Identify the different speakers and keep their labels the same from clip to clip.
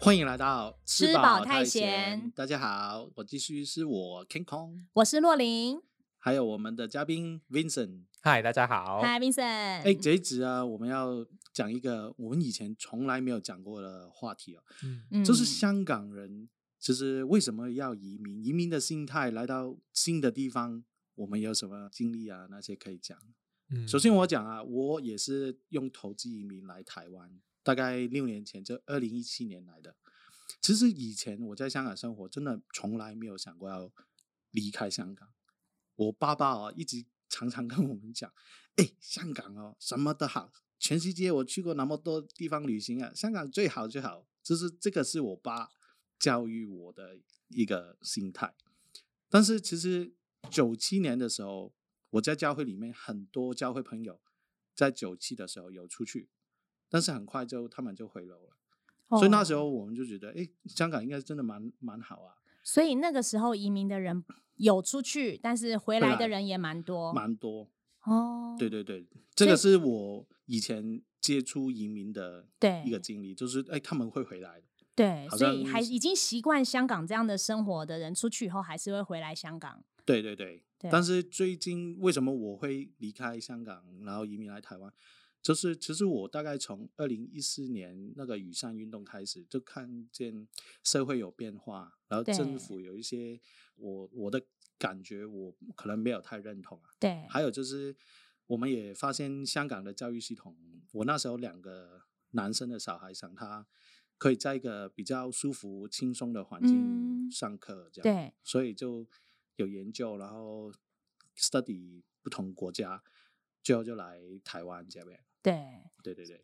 Speaker 1: 欢迎来到
Speaker 2: 吃饱太闲
Speaker 1: 大家好，我继续是我 King Kong，
Speaker 2: 我是洛琳，
Speaker 1: 还有我们的嘉宾
Speaker 2: 嗯
Speaker 1: Vincent。
Speaker 3: 嗨，大家好。
Speaker 2: 嗨，Vincent。嗯
Speaker 1: 哎，这一集啊，我们要讲一个我们以前从来没有讲过的话题哦，
Speaker 3: 嗯
Speaker 2: 嗯
Speaker 1: 就是香港人其实为什么要移民，移民的心态来到新的地方，我们有什么经历啊？那些可以讲。
Speaker 3: 嗯
Speaker 1: 首先我讲啊，我也是用投资移民来台湾，大概六年前，就二零一七年来的。其实以前我在香港生活，真的从来没有想过要离开香港。我爸爸啊，一直常常跟我们讲，哎，香港哦，什么都好，全世界我去过那么多地方旅行啊，香港最好最好。就是这个是我爸教育我的一个心态。但是其实九七年的时候，我在教会里面很多教会朋友，在九七的时候有出去，但是很快就他们就回流了。所以那时
Speaker 2: 候，
Speaker 1: 候我们就觉得，哎，香港应该真的蛮蛮好啊，
Speaker 2: 所以那个时候移民的人有出去，但是回来
Speaker 1: 回来
Speaker 2: 的人也蛮多。
Speaker 1: 蛮多。
Speaker 2: 哦，
Speaker 1: 对对对，这个是我以前接触移民的
Speaker 2: 对
Speaker 1: 一个经历，就是哎他们会回来的。
Speaker 2: 对，
Speaker 1: 好
Speaker 2: 所
Speaker 1: 像
Speaker 2: 以还已经习惯香港这样的生活的人，出去以后还是会回来香港。
Speaker 1: 对对对，
Speaker 2: 对
Speaker 1: 但是最近为什么我会离开香港，然后移民来台湾？就是其实我大概从二零一四年那个雨伞运动开始，就看见社会有变化，然后政
Speaker 2: 对
Speaker 1: 府有一些我我的感觉，我可能没有太认同啊。
Speaker 2: 对，
Speaker 1: 还有就是，我们也发现香港的教育系统，我那时候两个男生的小孩想他可以在一个比较舒服、轻松的环境
Speaker 2: 嗯
Speaker 1: 上课，这样、
Speaker 2: 对，
Speaker 1: 所以就有研究，然后 study 不同国家，最后就来台湾这边。
Speaker 2: 对。
Speaker 1: 对对对，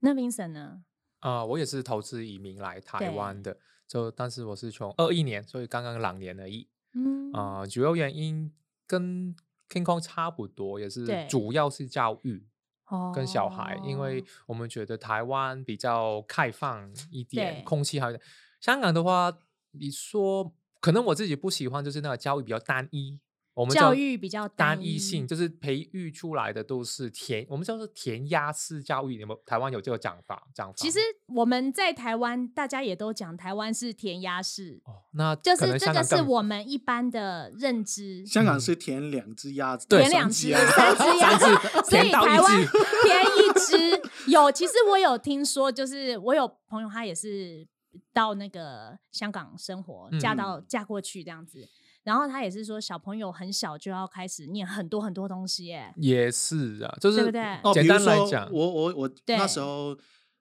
Speaker 2: 那 Vincent 呢？
Speaker 3: 啊、我也是投资移民来台
Speaker 2: 对
Speaker 3: 湾的，就但是我是从二一年，所以刚刚两年而已。
Speaker 2: 嗯
Speaker 3: 啊、主要原因跟 King Kong 差不多，也
Speaker 2: 对
Speaker 3: 是主要是教育
Speaker 2: 哦
Speaker 3: 跟小孩，因为我们觉得台湾比较开放一
Speaker 2: 对
Speaker 3: 点，空气好一点。香港的话，你说可能我自己不喜欢，就是那个教育比较单一。我们
Speaker 2: 教
Speaker 3: 叫
Speaker 2: 育比较
Speaker 3: 单
Speaker 2: 单
Speaker 3: 一性，
Speaker 2: 一
Speaker 3: 就是培育出来的都是填，我们叫做填鸭式教育。你们台湾有这个讲法？讲法
Speaker 2: 其实我们在台湾，大家也都讲台湾是填鸭式，
Speaker 3: 哦，那
Speaker 2: 就
Speaker 3: 可
Speaker 2: 是
Speaker 3: 能
Speaker 2: 这
Speaker 3: 香
Speaker 2: 个
Speaker 3: 港
Speaker 2: 是
Speaker 3: 更
Speaker 2: 我们一般的认知。
Speaker 1: 香港
Speaker 3: 嗯
Speaker 1: 是填两只鸭子，
Speaker 3: 对
Speaker 2: 填
Speaker 1: 三啊
Speaker 2: 两
Speaker 1: 只
Speaker 2: 只，
Speaker 1: 鸭子
Speaker 2: 三只鸭
Speaker 3: 三
Speaker 2: 子，
Speaker 3: 次
Speaker 2: 所以
Speaker 3: 填到
Speaker 2: 台湾
Speaker 3: 一次。
Speaker 2: 填一只有。其实我有听说，就是我有朋友他也是到那个香港生活，嫁到
Speaker 1: 嗯
Speaker 2: 嫁过去这样子。然后他也是说，小朋友很小就要开始念很多很多东西，哎，
Speaker 3: 也是啊，就是
Speaker 2: 对不对
Speaker 1: 哦，
Speaker 3: 简
Speaker 1: 比如
Speaker 3: 单来
Speaker 1: 说
Speaker 3: 讲，
Speaker 1: 我我我
Speaker 2: 对
Speaker 1: 那时候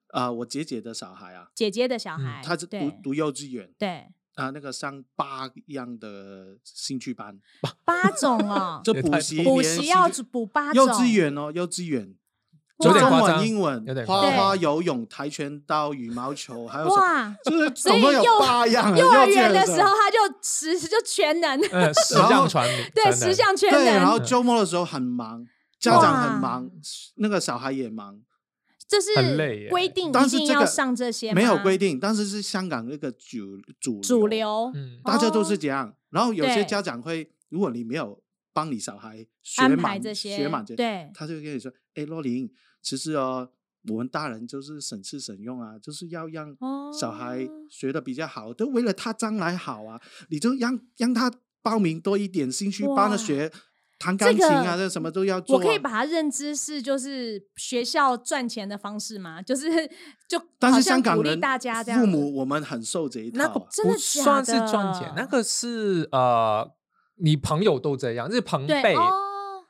Speaker 1: 啊、我姐姐的小孩啊，
Speaker 2: 姐姐的小
Speaker 3: 嗯
Speaker 2: 孩，
Speaker 1: 他是读
Speaker 2: 对
Speaker 1: 读幼稚园。
Speaker 2: 对
Speaker 1: 啊、那个上八样的兴趣班，，
Speaker 2: 八种 哦
Speaker 1: 就
Speaker 3: 也
Speaker 1: 补
Speaker 3: 太
Speaker 1: 习、
Speaker 3: 多
Speaker 2: 补
Speaker 1: 连
Speaker 2: 习
Speaker 1: 续
Speaker 2: 要补八种，
Speaker 1: 幼稚园哦，幼稚园，
Speaker 3: 有点
Speaker 1: 中
Speaker 3: 夸
Speaker 1: 文、
Speaker 3: 张
Speaker 1: 英文
Speaker 3: 有、点
Speaker 1: 花
Speaker 3: 夸
Speaker 2: 张
Speaker 1: 花、游泳、跆拳道、羽毛球，还有什么？
Speaker 2: 哇！
Speaker 1: 就是
Speaker 2: 所
Speaker 1: 总
Speaker 2: 以
Speaker 1: 共有
Speaker 2: 幼
Speaker 1: 八样啊。
Speaker 2: 幼儿
Speaker 1: 稚
Speaker 2: 园的时
Speaker 1: 候
Speaker 2: 候，，他就十就全能，
Speaker 3: 呃，十
Speaker 1: 然后
Speaker 3: 项传名，
Speaker 2: 对，
Speaker 3: 真
Speaker 2: 十
Speaker 3: 的
Speaker 2: 项全
Speaker 1: 对，然后
Speaker 2: 能，
Speaker 1: 周末的时候很忙，家长
Speaker 2: 哇
Speaker 1: 很忙，那个小孩也忙，
Speaker 2: 这
Speaker 3: 很累
Speaker 2: 是
Speaker 3: 耶
Speaker 2: 规定
Speaker 1: 但
Speaker 2: 一
Speaker 1: 是
Speaker 2: 定
Speaker 1: 这
Speaker 2: 要
Speaker 1: 个
Speaker 2: 上这些吗，
Speaker 1: 没有规定，但是是香港那个主主
Speaker 2: 主，流，
Speaker 3: 嗯，
Speaker 1: 大家都
Speaker 2: 哦
Speaker 1: 是这样。然后有些
Speaker 2: 对
Speaker 1: 家长会，如果你没有帮你小孩学
Speaker 2: 安排
Speaker 1: 满
Speaker 2: 这
Speaker 1: 学
Speaker 2: 些
Speaker 1: 满这，
Speaker 2: 对
Speaker 1: 他就会跟你说：“哎，洛琳，其实哦，我们大人就是省吃省用啊，就是要让
Speaker 2: 哦
Speaker 1: 小孩学的比较好，都为了他将来好啊，你就让让他报名多一点兴趣班的
Speaker 2: 哇
Speaker 1: 学。”弹钢琴啊，这
Speaker 2: 这个
Speaker 1: 什么都要做、
Speaker 2: 我
Speaker 1: 啊。
Speaker 2: 可以把它认知是就是学校赚钱的方式吗？就是就
Speaker 1: 但
Speaker 2: 好
Speaker 1: 是
Speaker 2: 像
Speaker 1: 香港
Speaker 2: 鼓励
Speaker 1: 人
Speaker 2: 大家这样
Speaker 1: 父
Speaker 2: 子，
Speaker 1: 母我们很受这一套
Speaker 2: 那
Speaker 1: 啊、
Speaker 2: 个真的
Speaker 3: 不算是
Speaker 2: 假的
Speaker 3: 赚钱，那个是呃，你朋友都这样，是朋
Speaker 2: 对
Speaker 3: 辈
Speaker 2: 哦，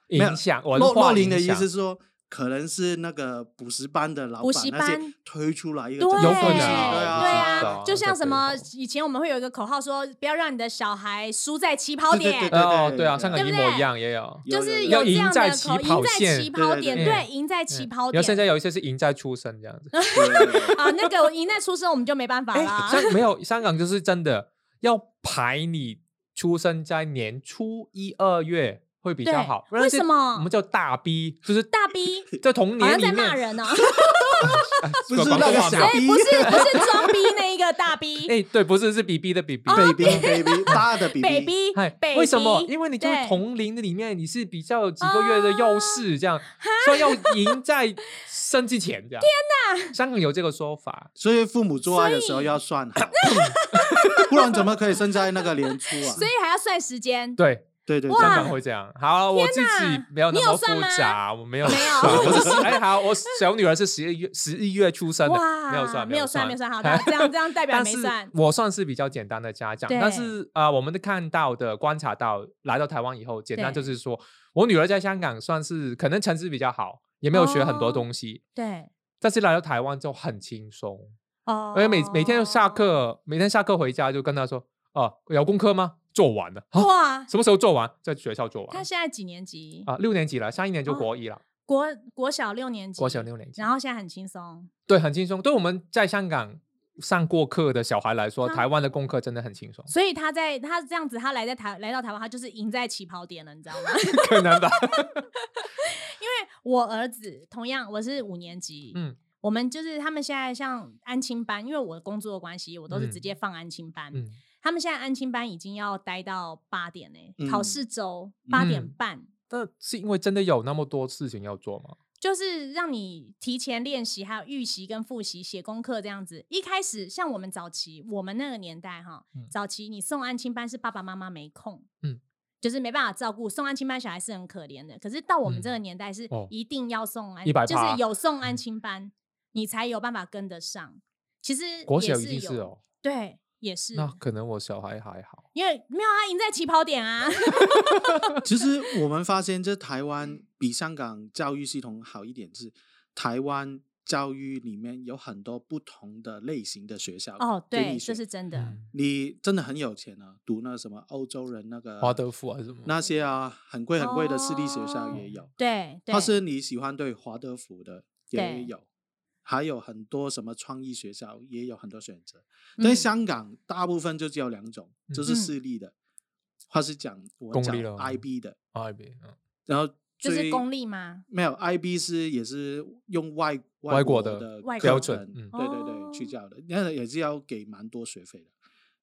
Speaker 1: 没有
Speaker 3: 影响文
Speaker 1: 洛洛
Speaker 3: 化
Speaker 1: 林
Speaker 3: 影
Speaker 1: 的意
Speaker 3: 响
Speaker 1: 思是说，可能是那个补习班的老
Speaker 2: 补
Speaker 1: 板
Speaker 2: 习
Speaker 1: 那些
Speaker 2: 班
Speaker 1: 推出来一个
Speaker 2: 对，
Speaker 1: 这
Speaker 3: 有
Speaker 1: 种
Speaker 3: 可
Speaker 1: 东
Speaker 3: 能
Speaker 1: 西
Speaker 3: 啊
Speaker 1: 对
Speaker 2: 对
Speaker 1: 啊，
Speaker 3: 我知道
Speaker 2: 啊，就像什么
Speaker 3: 这个
Speaker 2: 以前我们会有一个口号说，不要让你的小孩输在起跑
Speaker 1: 对对
Speaker 2: 点，
Speaker 1: 对
Speaker 3: 哦
Speaker 1: 对，
Speaker 3: 对啊，
Speaker 1: 对
Speaker 3: 香港
Speaker 2: 对
Speaker 3: 一
Speaker 2: 不
Speaker 3: 模
Speaker 2: 对
Speaker 3: 一样也有，
Speaker 1: 有
Speaker 2: 就是
Speaker 3: 有有
Speaker 2: 这
Speaker 3: 赢
Speaker 2: 样
Speaker 3: 在
Speaker 2: 的
Speaker 3: 起
Speaker 2: 口
Speaker 3: 跑
Speaker 2: 赢在
Speaker 3: 线
Speaker 2: 起跑
Speaker 1: 对
Speaker 2: 点，
Speaker 1: 对
Speaker 2: 对，赢在起
Speaker 3: 嗯
Speaker 2: 跑
Speaker 3: 然
Speaker 2: 点
Speaker 3: 后现在有一些是赢在出生这样子，
Speaker 1: 对对对
Speaker 2: 啊，那个赢在出生我们就没办法
Speaker 3: 哎，
Speaker 2: 啦。
Speaker 3: 香没有香港就是真的要排你出生在年初一二月会比较
Speaker 2: 对
Speaker 3: 好。不
Speaker 2: 为
Speaker 3: 然是
Speaker 2: 什么
Speaker 3: 我们叫大 B，就是
Speaker 2: 大 B
Speaker 3: 在童
Speaker 2: 好像
Speaker 3: 年里
Speaker 2: 在骂
Speaker 3: 面，啊
Speaker 2: 人哦，
Speaker 1: 不是
Speaker 3: 广东
Speaker 1: 那个
Speaker 3: 话
Speaker 1: 小
Speaker 3: 嘛
Speaker 2: 哎，
Speaker 1: B，
Speaker 2: 不是不是装逼那一个大 B
Speaker 3: 哎，对，不是是 BB 的 BB。
Speaker 2: 哦
Speaker 1: baby baby 大的 baby，
Speaker 2: baby，
Speaker 3: 嗨
Speaker 2: baby，
Speaker 3: 为什么？因为你就是
Speaker 2: 对
Speaker 3: 同龄的里面，你是比较有几个月的优 势，这样，所以要赢在生之前，这样。天哪！香港有这个说法，
Speaker 1: 所以父母做爱的时候要算好， 不然怎么可以生在那个年初啊？
Speaker 2: 所以还要算时间。
Speaker 3: 对，
Speaker 1: 对对
Speaker 3: 香
Speaker 1: 对，
Speaker 3: 港会这样。好，我自己没有
Speaker 2: 你
Speaker 3: 那
Speaker 2: 有
Speaker 3: 么复
Speaker 2: 算吗
Speaker 3: 杂，我没有
Speaker 2: 没有
Speaker 3: 算，我是十哎， 好，我小女儿是十一月十一月出生的，
Speaker 2: 哇，
Speaker 3: 没有算，
Speaker 2: 没有
Speaker 3: 算，
Speaker 2: 没有算，好的，这样这样代表
Speaker 3: 但
Speaker 2: 没
Speaker 3: 是
Speaker 2: 算。
Speaker 3: 我算是比较简单的家长，
Speaker 2: 对
Speaker 3: 但是啊、呃我们看到的、观察到，来到台湾以后，简单
Speaker 2: 对
Speaker 3: 就是说，我女儿在香港算是可能成绩比较好，也没有学很多
Speaker 2: 哦
Speaker 3: 东西，
Speaker 2: 对，
Speaker 3: 但是来到台湾就很轻松，
Speaker 2: 哦
Speaker 3: 因为每每天就下，课，每天下课回家就跟她说，哦、有功课吗？做完了，啊、
Speaker 2: 哇，
Speaker 3: 什么时候做完？在学校做
Speaker 2: 他
Speaker 3: 完。
Speaker 2: 现在几年级？
Speaker 3: 啊，六年级了，下一年就
Speaker 2: 哦
Speaker 3: 国一了，
Speaker 2: 国国小六年级，
Speaker 3: 国小六年级，
Speaker 2: 然后现在很轻松，
Speaker 3: 对，很轻松。对我们在香港上过课的小孩来说，
Speaker 2: 啊，
Speaker 3: 台湾的功课真的很轻松
Speaker 2: 所以他在他这样子，他来在台来到台湾，他就是赢在起跑点了，你知道吗？
Speaker 3: 可 能吧？
Speaker 2: 我儿子同样，我是五年级，
Speaker 3: 嗯
Speaker 2: 我们就是他们现在像安亲班，因为我工作的关系，我都是
Speaker 3: 嗯
Speaker 2: 直接放安亲班。
Speaker 3: 嗯。
Speaker 2: 他们现在安亲班已经要待到八点呢、
Speaker 1: 嗯
Speaker 2: 考试周八点
Speaker 3: 嗯
Speaker 2: 半，
Speaker 3: 但是因为真的有那么多事情要做吗？
Speaker 2: 就是让你提前练习，还有预习跟复习、写功课这样子。一开始像我们早期，我们那个年代哈，
Speaker 3: 嗯
Speaker 2: 早期你送安亲班是爸爸妈妈没空，
Speaker 3: 嗯
Speaker 2: 就是没办法照顾送安亲班小孩是很可怜的。可是到我们这个年代是
Speaker 3: 哦
Speaker 2: 一定要送安，
Speaker 3: 100%
Speaker 2: 就是有送
Speaker 3: 嗯
Speaker 2: 安亲班，你才有办法跟得上。其实
Speaker 3: 国
Speaker 2: 也
Speaker 3: 小
Speaker 2: 是
Speaker 3: 一定是
Speaker 2: 有，
Speaker 3: 哦，
Speaker 2: 对，也是，
Speaker 3: 那可能我小孩还好。
Speaker 2: 因为没有他赢在起跑点 啊，
Speaker 1: 其实我们发现，这台湾比香港教育系统好一点是，台湾教育里面有很多不同的类型的学校
Speaker 2: 哦，
Speaker 1: 给
Speaker 2: 对，
Speaker 1: 你
Speaker 2: 这
Speaker 1: 选
Speaker 2: 是真的，
Speaker 3: 嗯
Speaker 1: 你真的很有钱啊，读那什么欧洲人那个
Speaker 3: 华德福还是什么？
Speaker 1: 那些啊，很贵很贵的私立学校
Speaker 2: 哦
Speaker 1: 也有。
Speaker 2: 对，对
Speaker 1: 或是你喜欢对华德福的
Speaker 2: 对
Speaker 1: 也有，还有很多什么创意学校也有很多选择。在、香港，大部分就只有两种，就是
Speaker 2: 嗯
Speaker 1: 私立的，或是讲我
Speaker 3: 公
Speaker 1: 讲
Speaker 3: 立咯
Speaker 1: IB 的，
Speaker 3: 啊，别嗯
Speaker 1: 然后
Speaker 2: 就是
Speaker 1: 最
Speaker 2: 公立吗？
Speaker 1: 没有 IB 是也是用外
Speaker 3: 外
Speaker 1: 国
Speaker 3: 国的
Speaker 1: 的
Speaker 2: 外
Speaker 1: 课
Speaker 2: 标
Speaker 3: 准
Speaker 1: 程
Speaker 3: 嗯
Speaker 1: 对对对，
Speaker 2: 哦
Speaker 1: 去教的，那也是要给蛮多学费的，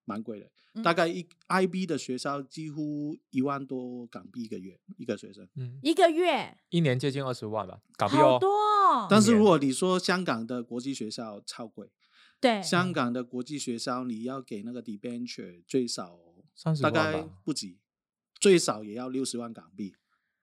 Speaker 1: 蛮贵的。
Speaker 2: 嗯
Speaker 1: 大概一 IB 的学校几乎一万多港币一个月一个学生，
Speaker 3: 嗯，
Speaker 2: 一个月
Speaker 3: 一年接近二十万吧，港币
Speaker 2: 好
Speaker 3: 哦。
Speaker 2: 多哦，
Speaker 1: 但是
Speaker 3: 年
Speaker 1: 如果你说香港的国际学校超贵，
Speaker 2: 对，
Speaker 1: 香港的国际学校，你要给那个 debenture 最少
Speaker 3: 三十
Speaker 1: 大
Speaker 3: 万
Speaker 1: 概
Speaker 3: 吧，
Speaker 1: 不止，最少也要六十万港币，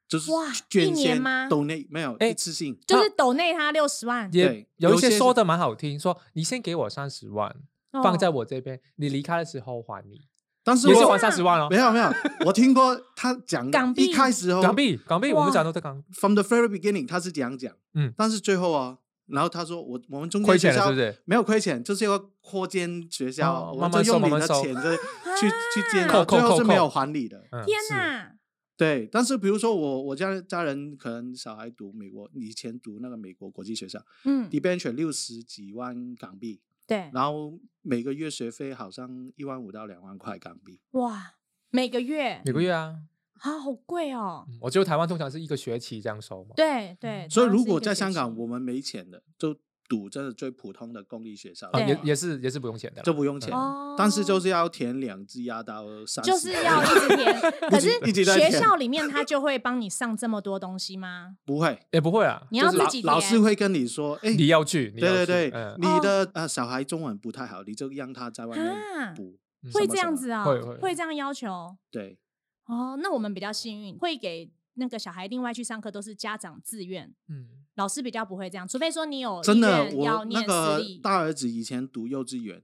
Speaker 1: 就是
Speaker 2: 哇一
Speaker 1: 捐
Speaker 2: 年
Speaker 1: 献
Speaker 2: 吗
Speaker 1: 抖内没有
Speaker 3: 哎
Speaker 1: 一次性，
Speaker 2: 就是抖内他六十万，
Speaker 3: 也
Speaker 1: 对
Speaker 3: 有一
Speaker 1: 有
Speaker 3: 些
Speaker 1: 些
Speaker 3: 说
Speaker 1: 是
Speaker 3: 的蛮好听，说你先给我三十万，
Speaker 2: 哦
Speaker 3: 放在我这边，你离开的时候还你，
Speaker 1: 但是
Speaker 3: 也是
Speaker 1: 我
Speaker 3: 还三十万哦
Speaker 1: 没。有没有，我听过他讲
Speaker 2: 港币
Speaker 1: 一开始哦，
Speaker 3: 港币，港币，我
Speaker 2: 哇
Speaker 3: 们讲都在港币，
Speaker 1: from the very beginning 他是这样讲，
Speaker 3: 嗯
Speaker 1: 但是最后啊，然后他说我我们中间
Speaker 3: 亏钱
Speaker 1: 学
Speaker 3: 了
Speaker 1: 校
Speaker 3: 是不是？
Speaker 1: 没有亏钱，就是要扩建学校啊，
Speaker 3: 哦
Speaker 1: 我
Speaker 3: 慢
Speaker 1: 就
Speaker 3: 慢收
Speaker 1: 用你
Speaker 3: 慢慢
Speaker 1: 的
Speaker 3: 收
Speaker 1: 钱就是去去建
Speaker 3: 扣
Speaker 1: 啊，
Speaker 3: 扣
Speaker 1: 最后
Speaker 3: 扣
Speaker 1: 是没
Speaker 3: 扣
Speaker 1: 有还你的。
Speaker 3: 嗯
Speaker 2: 天
Speaker 3: 是
Speaker 2: 哪，
Speaker 1: 对，但是比如说我我家家人可能小孩读美国，以前读那个美国国际学校
Speaker 2: 嗯，哎
Speaker 1: ，debenture 六十几万港币，
Speaker 2: 对，
Speaker 1: 然后每个月学费好像一万五到两万块港币。
Speaker 2: 哇，每个月
Speaker 3: 每个月啊，
Speaker 2: 啊，好贵哦，
Speaker 3: 嗯我觉得台湾通常是一个学期这样收嘛。
Speaker 2: 对对，
Speaker 1: 嗯所以
Speaker 2: 台湾
Speaker 1: 如
Speaker 2: 哦是一
Speaker 1: 果
Speaker 2: 个
Speaker 1: 在
Speaker 2: 学
Speaker 1: 香港
Speaker 2: 期
Speaker 1: 我们没钱的，就读真的最普通的公立学校
Speaker 3: 啊，
Speaker 1: 的话，
Speaker 2: 对
Speaker 3: 也啊也是也是不用钱的啦，
Speaker 1: 就不用钱，
Speaker 2: 哦
Speaker 1: 但是就是要填两只鸭到三十，
Speaker 2: 就是要一直填，可是
Speaker 1: 一直在
Speaker 2: 学
Speaker 1: 填
Speaker 2: 校里面他就会帮你上这么多东西吗？
Speaker 1: 不会，
Speaker 3: 也不会啊。
Speaker 2: 你要
Speaker 1: 就是
Speaker 2: 自
Speaker 1: 老
Speaker 2: 己
Speaker 1: 老
Speaker 2: 填
Speaker 1: 师会跟你说，哎，
Speaker 3: 你要去，你要
Speaker 1: 对
Speaker 3: 去
Speaker 1: 对对
Speaker 3: 嗯，，
Speaker 1: 你
Speaker 2: 哦
Speaker 1: 的呃小孩中文不太好，你就让他在外
Speaker 2: 啊
Speaker 1: 面补，
Speaker 3: 嗯
Speaker 2: 会
Speaker 1: 什么
Speaker 2: 这
Speaker 1: 什
Speaker 2: 样
Speaker 1: 么
Speaker 2: 子啊，
Speaker 3: 会会
Speaker 2: 这样要求
Speaker 1: 对。
Speaker 2: 哦，那我们比较幸运，会给那个小孩另外去上课都是家长自愿。
Speaker 3: 嗯，
Speaker 2: 老师比较不会这样，除非说你有
Speaker 1: 真
Speaker 2: 意
Speaker 1: 的，
Speaker 2: 愿要
Speaker 1: 我那
Speaker 2: 念私
Speaker 1: 个
Speaker 2: 立，
Speaker 1: 大儿子以前读幼稚园，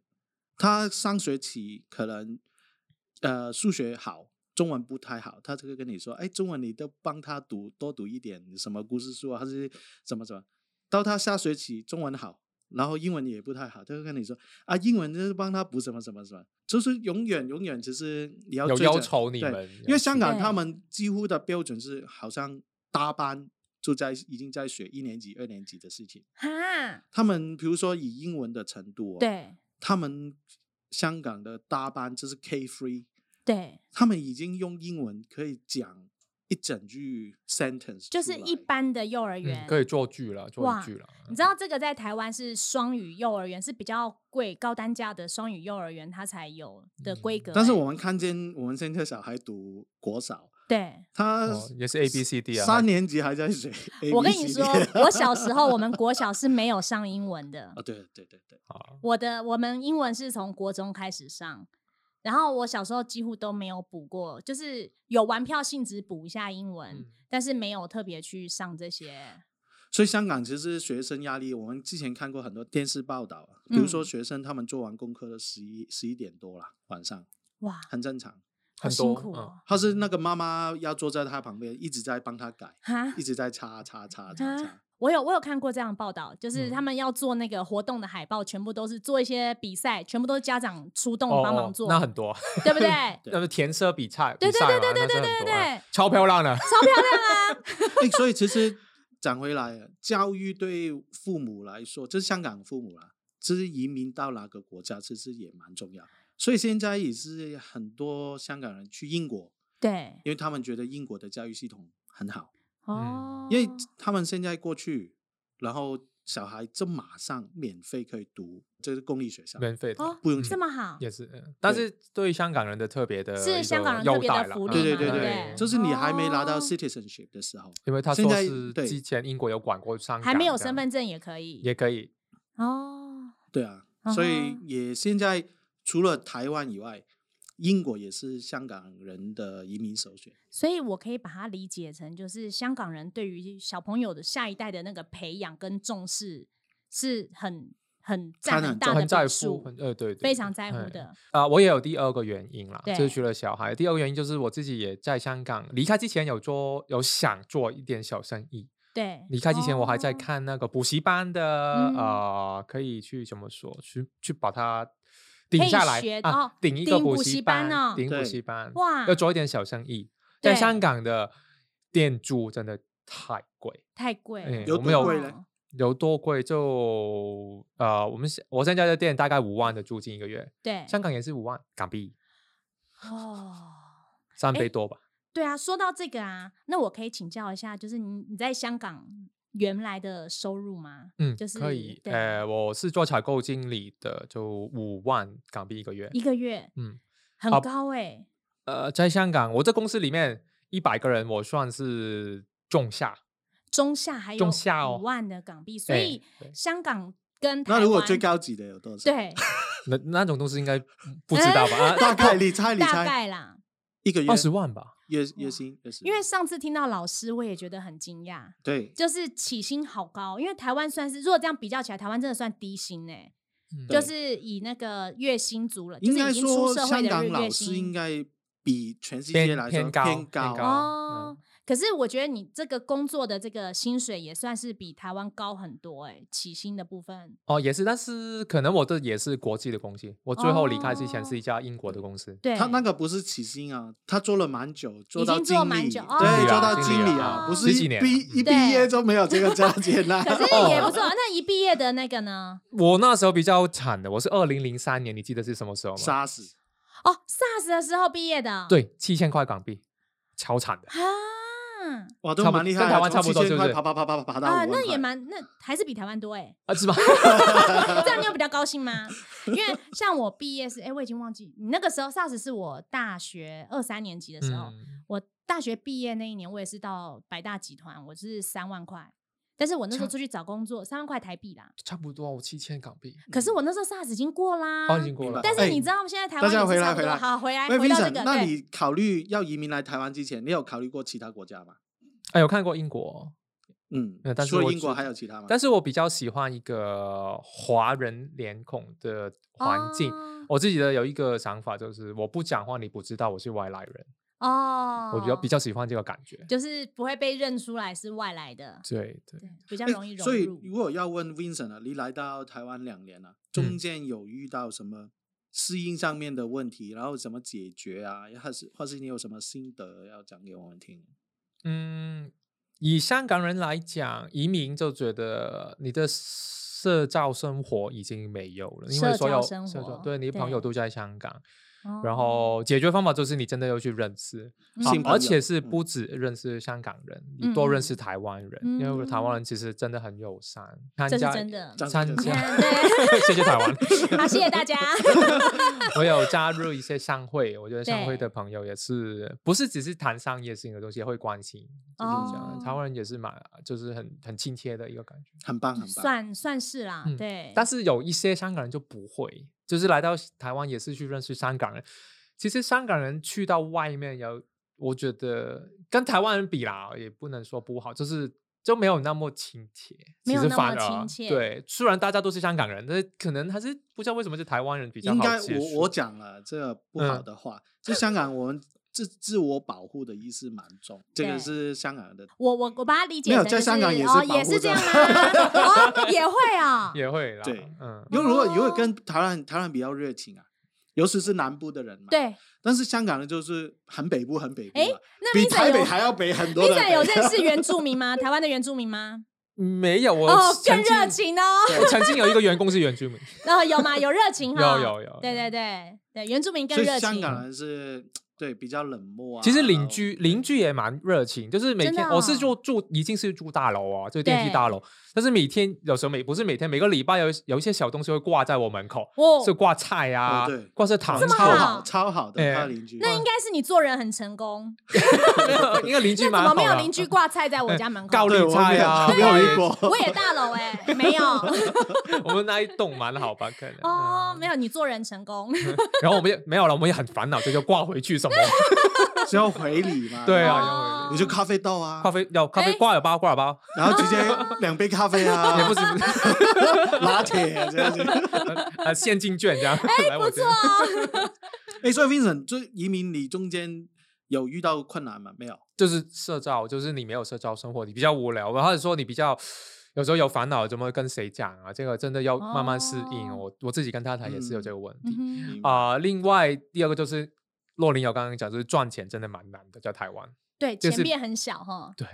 Speaker 1: 他上学期可能呃数学好，中文不太好，他就会跟你说，哎，中文你都帮他读多读一点什么故事书啊，还是什么什么。到他下学期中文好，然后英文也不太好，他就跟你说啊，英文就是帮他补什么什么什么，就是永远永远只是你要
Speaker 3: 有
Speaker 1: 追着
Speaker 3: 要求你
Speaker 1: 对
Speaker 3: 们
Speaker 1: 因
Speaker 3: 要
Speaker 1: 为香
Speaker 3: 去
Speaker 1: 港他
Speaker 2: 对
Speaker 1: 们几乎的标准是好像搭班就在已经在学一年级、二年级的事情。
Speaker 2: 哈，
Speaker 1: 他们比如说以英文的程度、哦，，
Speaker 2: 对
Speaker 1: 他们香港的大班就是 K three，
Speaker 2: 对，
Speaker 1: 他们已经用英文可以讲一整句 sentence，
Speaker 2: 就是
Speaker 1: 出来
Speaker 2: 一般的幼儿园、
Speaker 3: 嗯，可以做剧了，做
Speaker 2: 哇
Speaker 3: 剧哦了。
Speaker 2: 你知道这个在台湾是双语幼儿园，是比较贵、高单价的双语幼儿园，它才有的规格欸、
Speaker 1: 但是我们看见我们现在小孩读国小，
Speaker 2: 对，
Speaker 1: 他
Speaker 3: 哦也是 A B C D 啊，
Speaker 1: 呃三年级还在学 A B C D。，
Speaker 2: 我跟你说 我小时候我们国小是没有上英文的
Speaker 1: 啊，，对对对对，
Speaker 3: 啊
Speaker 2: 我的我们英文是从国中开始上，然后我小时候几乎都没有补过，就是有玩票性质补一下英文，
Speaker 3: 嗯
Speaker 2: 但是没有特别去上这些。
Speaker 1: 所以香港其实学生压力，我们之前看过很多电视报道啊，比如说
Speaker 2: 嗯
Speaker 1: 学生他们做完功课都十一十一点多了，晚上
Speaker 2: 哇，
Speaker 1: 很正常。
Speaker 2: 好
Speaker 3: 很
Speaker 2: 辛
Speaker 3: 多
Speaker 2: 苦
Speaker 3: 嗯
Speaker 2: 哦！
Speaker 1: 他是那个妈妈要坐在他旁边，一直在帮他改，
Speaker 2: 哈
Speaker 1: 一直在擦擦擦擦
Speaker 2: 哈
Speaker 1: 擦。，
Speaker 2: 我有我有看过这样的报道，就是
Speaker 3: 嗯
Speaker 2: 他们要做那个活动的海报，全部都是做一些比赛，全部都是家长出动
Speaker 3: 哦
Speaker 2: 帮
Speaker 3: 哦
Speaker 2: 忙做，
Speaker 3: 那很多，
Speaker 2: 对不 对？
Speaker 1: 对
Speaker 3: 那么填色比赛，
Speaker 2: 对
Speaker 3: 比赛
Speaker 2: 对
Speaker 3: 嘛
Speaker 2: 对对
Speaker 3: 那
Speaker 2: 对
Speaker 3: 真的
Speaker 2: 对
Speaker 3: 很多啊
Speaker 2: 对
Speaker 3: 超漂亮的，
Speaker 2: 超漂亮啊！
Speaker 1: 哎、所以其实讲回来，啊教育对父母来说，就是香港父母啦，其实移民到哪个国家，其实也蛮重要。所以现在也是很多香港人去英国，
Speaker 2: 对，
Speaker 1: 因为他们觉得英国的教育系统很好，
Speaker 3: 嗯
Speaker 2: 哦，
Speaker 1: 因为他们现在过去，然后小孩就马上免费可以读这是公立学校，
Speaker 3: 免费的
Speaker 2: 哦
Speaker 1: 不用
Speaker 2: 这
Speaker 1: 钱。
Speaker 2: 么好，
Speaker 3: 呃也是，嗯但
Speaker 1: 对
Speaker 3: 是对香港人的特别的
Speaker 2: 是
Speaker 3: 一个
Speaker 2: 香港人
Speaker 3: 优
Speaker 2: 特别的
Speaker 3: 待啦
Speaker 2: 福利
Speaker 1: 对对
Speaker 3: 嗯
Speaker 1: 对
Speaker 2: 嘛
Speaker 1: 对，
Speaker 2: 对
Speaker 1: 就是你还没拿到
Speaker 2: 哦
Speaker 1: citizenship 的时候，
Speaker 3: 因为他
Speaker 1: 现
Speaker 3: 说
Speaker 1: 在
Speaker 3: 是
Speaker 1: 对
Speaker 3: 之前英国有管过香港，
Speaker 2: 还没有
Speaker 3: 这样
Speaker 2: 身份证也可以，
Speaker 3: 也可以，
Speaker 2: 哦，
Speaker 1: 对啊，所以
Speaker 2: 嗯哼
Speaker 1: 也现在除了台湾以外，英国也是香港人的移民首选。
Speaker 2: 所以我可以把它理解成，就是香港人对于小朋友的下一代的那个培养跟重视，是很很占
Speaker 1: 很
Speaker 2: 很
Speaker 1: 大
Speaker 2: 大
Speaker 3: 很
Speaker 2: 的
Speaker 3: 在
Speaker 2: 比
Speaker 3: 乎，
Speaker 2: 数，
Speaker 3: 很呃对，对
Speaker 2: 非常在乎。
Speaker 3: 对嗯
Speaker 2: 的。
Speaker 3: 啊、我也有第二个原因啦，就是
Speaker 2: 对
Speaker 3: 除了小孩，第二个原因就是我自己也在香港离开之前有做有想做一点小生意。
Speaker 2: 对，
Speaker 3: 离开之前我还在
Speaker 2: 哦，
Speaker 3: 看那个补习班的，
Speaker 2: 嗯
Speaker 3: 呃，可以去怎么说，去去把它
Speaker 2: 可
Speaker 3: 顶
Speaker 2: 以
Speaker 3: 下来
Speaker 2: 学
Speaker 3: 啊，
Speaker 2: 哦
Speaker 3: 顶一个
Speaker 2: 顶补习
Speaker 3: 习
Speaker 2: 班
Speaker 3: 班，
Speaker 2: 哦
Speaker 3: 顶补
Speaker 1: 对
Speaker 3: 习班，
Speaker 2: 哇
Speaker 3: 要做一点小生意。在
Speaker 2: 啊对
Speaker 3: 香港的店租真的太贵，
Speaker 2: 太贵了，哦
Speaker 3: 哎
Speaker 1: 有
Speaker 3: 我
Speaker 1: 多
Speaker 3: 们有
Speaker 1: 贵嘞
Speaker 3: 有多贵就呃，我们现我现在的店大概五万的租金一个月，
Speaker 2: 对，
Speaker 3: 香港也是五万港币，
Speaker 2: 哦。
Speaker 3: 三
Speaker 2: 诶
Speaker 3: 倍多吧。
Speaker 2: 对啊，说到这个啊，那我可以请教一下，就是你你在香港原来的收入吗？
Speaker 3: 嗯，
Speaker 2: 就是
Speaker 3: 可以。
Speaker 2: 对
Speaker 3: 呃，我是做采购经理的，就五万港币一个月。
Speaker 2: 一个月
Speaker 3: 嗯，
Speaker 2: 很
Speaker 3: 啊
Speaker 1: 哦
Speaker 2: 高哎，
Speaker 3: 呃，在香港，我这公司里面一百个人，我算是中下。
Speaker 2: 中下还有
Speaker 3: 中下哦
Speaker 2: 五万的港币，所
Speaker 3: 哎
Speaker 2: 以
Speaker 3: 对
Speaker 2: 香港跟
Speaker 1: 那
Speaker 2: 台
Speaker 1: 如果
Speaker 2: 湾
Speaker 1: 最高级的有多少？，
Speaker 2: 对
Speaker 3: 那那种东西应该不知道 吧？啊
Speaker 1: 大概你猜你
Speaker 2: 大
Speaker 1: 猜
Speaker 2: 概啦，
Speaker 1: 一个月
Speaker 3: 二十万吧。
Speaker 1: 月月薪月薪，
Speaker 2: 因为上次听到老师，我也觉得很惊讶，
Speaker 1: 对
Speaker 2: 就是起薪好高，因为台湾算是如果这样比较起来，台湾真的算低薪呢、
Speaker 3: 嗯
Speaker 1: 对
Speaker 2: 就是以那个月薪族了，就
Speaker 1: 应
Speaker 2: 是
Speaker 1: 该
Speaker 2: 已经出
Speaker 1: 说
Speaker 2: 社会
Speaker 1: 香
Speaker 2: 的
Speaker 1: 港
Speaker 2: 日
Speaker 1: 老
Speaker 2: 月
Speaker 1: 师应
Speaker 2: 薪
Speaker 1: 该比全世界
Speaker 3: 偏
Speaker 1: 来说
Speaker 3: 偏高
Speaker 1: 偏
Speaker 3: 偏高
Speaker 2: 哦。可是我觉得你这个工作的这个薪水也算是比台湾高很多哎、起薪的部分
Speaker 3: 哦，也是，但是可能我这也是国际的公司。我最后离开之前是一家英国的公司。
Speaker 2: 对，
Speaker 1: 他那个不是起薪啊，他做了蛮久，
Speaker 2: 哎已
Speaker 1: 到
Speaker 2: 经
Speaker 1: 经
Speaker 2: 做蛮
Speaker 1: 理，
Speaker 2: 久
Speaker 1: 对，
Speaker 2: 哦
Speaker 1: 做到
Speaker 2: 经
Speaker 1: 经理
Speaker 2: 理啊
Speaker 1: 啊，不是
Speaker 3: 十几
Speaker 1: 一
Speaker 3: 年
Speaker 1: 毕
Speaker 3: 嗯
Speaker 1: 一毕业就没有这个价钱啦。
Speaker 2: 可是也不错。啊那一毕业的那个呢？
Speaker 3: 我那时候比较惨的，我是二零零三年，你记得是什么时候吗？
Speaker 1: 杀死
Speaker 2: 哦，SARS 的时候毕业的，
Speaker 3: 对，七千块港币，超惨的。
Speaker 2: 啊。
Speaker 1: 哇，都
Speaker 3: 差不
Speaker 1: 蛮厉害
Speaker 3: 跟
Speaker 1: 啊，
Speaker 3: 台湾差不
Speaker 1: 从
Speaker 3: 多
Speaker 1: 7000
Speaker 3: 是不
Speaker 1: 块
Speaker 3: 是
Speaker 1: 爬爬爬爬爬爬到
Speaker 2: 啊，
Speaker 1: 5万
Speaker 2: 那也
Speaker 1: 块
Speaker 2: 蛮，那还是比台湾多哎、
Speaker 3: 啊， 是吧？
Speaker 2: 这样你有比较高兴吗？因为像我毕业是，哎、我已经忘记你那个时候 SARS 是我大学二三年级的时候，
Speaker 3: 嗯
Speaker 2: 我大学毕业那一年，我也是到百大集团，我是三万块，但是我那时候
Speaker 3: 差
Speaker 2: 出去找工作，三万块台币啦。
Speaker 3: 差不多，我七千港币。
Speaker 2: 可是我那时候 SARS 已经过啦，
Speaker 3: 哦，已经过
Speaker 2: 嗯
Speaker 3: 了。
Speaker 2: 但
Speaker 1: 哎
Speaker 2: 是你知道现在台
Speaker 1: 大
Speaker 2: 湾
Speaker 1: 家
Speaker 2: 也是
Speaker 1: 回来
Speaker 2: 差不
Speaker 1: 回
Speaker 2: 多
Speaker 1: 来
Speaker 2: 好回来
Speaker 1: 喂
Speaker 2: 回到这
Speaker 1: Vincent，
Speaker 2: 个，
Speaker 1: 那
Speaker 2: 对
Speaker 1: 你考虑要移民来台湾之前，你有考虑过其他国家吗？
Speaker 3: 哎，有看过英国，
Speaker 1: 嗯
Speaker 3: 呃，但是
Speaker 1: 除了
Speaker 3: 我
Speaker 1: 英国
Speaker 3: 觉
Speaker 1: 还有其他吗？
Speaker 3: 但是我比较喜欢一个华人脸孔的环境。
Speaker 2: 哦
Speaker 3: 我自己的有一个想法，就是我不讲话，你不知道我是外来人，
Speaker 2: 哦，
Speaker 3: 我比较比较喜欢这个感觉。
Speaker 2: 就是不会被认出来是外来的，
Speaker 3: 对对，
Speaker 2: 对，比较
Speaker 1: 哎
Speaker 2: 容易融
Speaker 1: 所以
Speaker 2: 入。
Speaker 1: 如果要问 Vincent 啊，你来到台湾两年了、啊
Speaker 3: 嗯
Speaker 1: 中间有遇到什么适应上面的问题，然后怎么解决啊？还是或是你有什么心得要讲给我们听？
Speaker 3: 嗯，以香港人来讲，移民就觉得你的社交生活已经没有了，因
Speaker 2: 社
Speaker 3: 为所
Speaker 2: 交
Speaker 3: 有
Speaker 2: 生
Speaker 3: 交
Speaker 2: 活
Speaker 3: 对你的朋友
Speaker 2: 对
Speaker 3: 都在香港，
Speaker 2: 哦
Speaker 3: 然后解决方法就是你真的要去认识，
Speaker 2: 嗯
Speaker 3: 啊
Speaker 1: 性朋
Speaker 3: 而
Speaker 1: 友
Speaker 3: 且是
Speaker 1: 嗯
Speaker 3: 不止认识香港人，
Speaker 2: 嗯
Speaker 3: 你多认
Speaker 2: 嗯
Speaker 3: 识台湾人，
Speaker 2: 嗯
Speaker 3: 因为台湾人其实真的很友善。参
Speaker 2: 这是
Speaker 3: 加
Speaker 2: 真的。嗯
Speaker 1: 这
Speaker 3: 参
Speaker 1: 这
Speaker 3: 加
Speaker 1: 样，
Speaker 2: 对
Speaker 3: 谢谢 台湾。
Speaker 2: 好，谢谢大家。
Speaker 3: 我有加入一些商会，我觉得商会
Speaker 2: 对
Speaker 3: 的朋友也是不是只是谈商业性的东西，也会关心，就是这样。台
Speaker 2: 哦
Speaker 3: 湾人也是蛮就是很很亲切的一个感觉。
Speaker 1: 很棒很棒。
Speaker 2: 算算是啦，
Speaker 3: 嗯
Speaker 2: 对。
Speaker 3: 但是有一些香港人就不会，就是来到台湾也是去认识香港人。其实香港人去到外面有，我觉得跟台湾人比啦，也不能说不好，就是就没有那么亲切，
Speaker 2: 没
Speaker 3: 其
Speaker 2: 有
Speaker 3: 实
Speaker 2: 那
Speaker 3: 反
Speaker 2: 么亲
Speaker 3: 而
Speaker 2: 切
Speaker 3: 对，虽然大家都是香港人，但是可能还是不知道为什么是台湾人比较
Speaker 1: 应
Speaker 3: 好
Speaker 1: 该
Speaker 3: 接
Speaker 1: 我我
Speaker 3: 触
Speaker 1: 讲了这个不好
Speaker 3: 嗯
Speaker 1: 的话，就香港我们自自我保护的意识蛮重，这
Speaker 2: 对
Speaker 1: 个是香港人的。
Speaker 2: 我我我把它理解
Speaker 1: 没有
Speaker 2: 成就
Speaker 1: 在香港也是
Speaker 2: 哦，
Speaker 1: 保
Speaker 2: 也
Speaker 1: 护着
Speaker 2: 是这样 啊，哦，也会啊，
Speaker 3: 也会啦，
Speaker 1: 对
Speaker 3: 嗯，
Speaker 1: 因为如果如果
Speaker 2: 哦
Speaker 1: 跟台湾台湾比较热情啊，尤其是南部的人嘛。。
Speaker 2: 对。
Speaker 1: 但是香港人就是很北部，很北部
Speaker 2: 诶
Speaker 1: 嘛，
Speaker 2: 那
Speaker 1: 比
Speaker 2: Visa
Speaker 1: 台北
Speaker 2: 有
Speaker 1: 还要北很多的北。
Speaker 2: Visa 有认 识原住民吗？台湾的原住民吗？
Speaker 3: 没有我
Speaker 2: 哦，
Speaker 3: 曾
Speaker 2: 更热
Speaker 3: 经。
Speaker 2: 情哦。
Speaker 3: 对我曾经有一个员工是原住民，
Speaker 2: 然后有吗？有热情哈。
Speaker 3: 有有有
Speaker 2: 啊对对对对，原住民更
Speaker 1: 所以
Speaker 2: 热
Speaker 1: 香
Speaker 2: 情。
Speaker 1: 港人是对比较冷漠啊。
Speaker 3: 其实
Speaker 1: 然
Speaker 3: 邻
Speaker 1: 后
Speaker 3: 居邻居也蛮热情，就是每
Speaker 2: 哦真的
Speaker 3: 天我是
Speaker 2: 哦
Speaker 3: 就住已经是住大楼啊，就电梯
Speaker 2: 对
Speaker 3: 大楼，但是每天有时候每不是每天每个礼拜有有一些小东西会挂在我门口，
Speaker 2: 哦
Speaker 3: 是挂菜啊，
Speaker 1: 哦对
Speaker 3: 挂是糖
Speaker 1: 超
Speaker 2: 么
Speaker 3: 果
Speaker 2: 好
Speaker 1: 好超好的，
Speaker 3: 哎
Speaker 1: 他的邻居。啊
Speaker 2: 那应该是你做人很成 功。
Speaker 3: 啊，因为邻居
Speaker 2: 那怎
Speaker 3: 蛮
Speaker 2: 么
Speaker 3: 好
Speaker 2: 没有
Speaker 3: 的。
Speaker 2: 邻居挂菜在我家 门口？
Speaker 3: 告
Speaker 1: 对
Speaker 3: 理
Speaker 1: 我没
Speaker 3: 财
Speaker 1: 有
Speaker 3: 啊，
Speaker 1: 没有遇
Speaker 3: 对
Speaker 1: 过。
Speaker 2: 我也大楼 哎、没有
Speaker 3: 我们那一栋蛮好吧，可能
Speaker 2: 哦，没
Speaker 3: 有。
Speaker 2: 有，你做人成功。
Speaker 3: 然后我们也没有了，我们也很烦恼，这就挂回去 什么？
Speaker 1: 是要回礼嘛？
Speaker 3: 对
Speaker 1: 然
Speaker 3: 啊
Speaker 1: 后
Speaker 2: 哦
Speaker 1: 你就咖啡豆啊，
Speaker 3: 咖啡要咖啡
Speaker 2: 哎
Speaker 3: 挂了包，挂了包，
Speaker 1: 然后直接两杯咖啡啊，
Speaker 3: 也不是不是
Speaker 1: 拿铁啊这样子。
Speaker 3: 啊，现金券这样。哎，不错，
Speaker 1: 哎，所以 Vincent，就移民你中间有遇到困难吗？没有，
Speaker 3: 就是社交，就是你没有社交生活，你比较无聊，然后说你比较有时候有烦恼，怎么跟谁讲啊？这个真的要慢慢适应。
Speaker 2: 哦
Speaker 3: 我我自己跟太太也是有这个问题
Speaker 2: 嗯
Speaker 1: 明
Speaker 2: 哼
Speaker 1: 白
Speaker 3: 啊、另外第二个就是洛林有刚刚讲，就是赚钱真的蛮难的，在台湾。
Speaker 2: 对，
Speaker 3: 就
Speaker 2: 前
Speaker 3: 是
Speaker 2: 面很小哈，
Speaker 3: 对，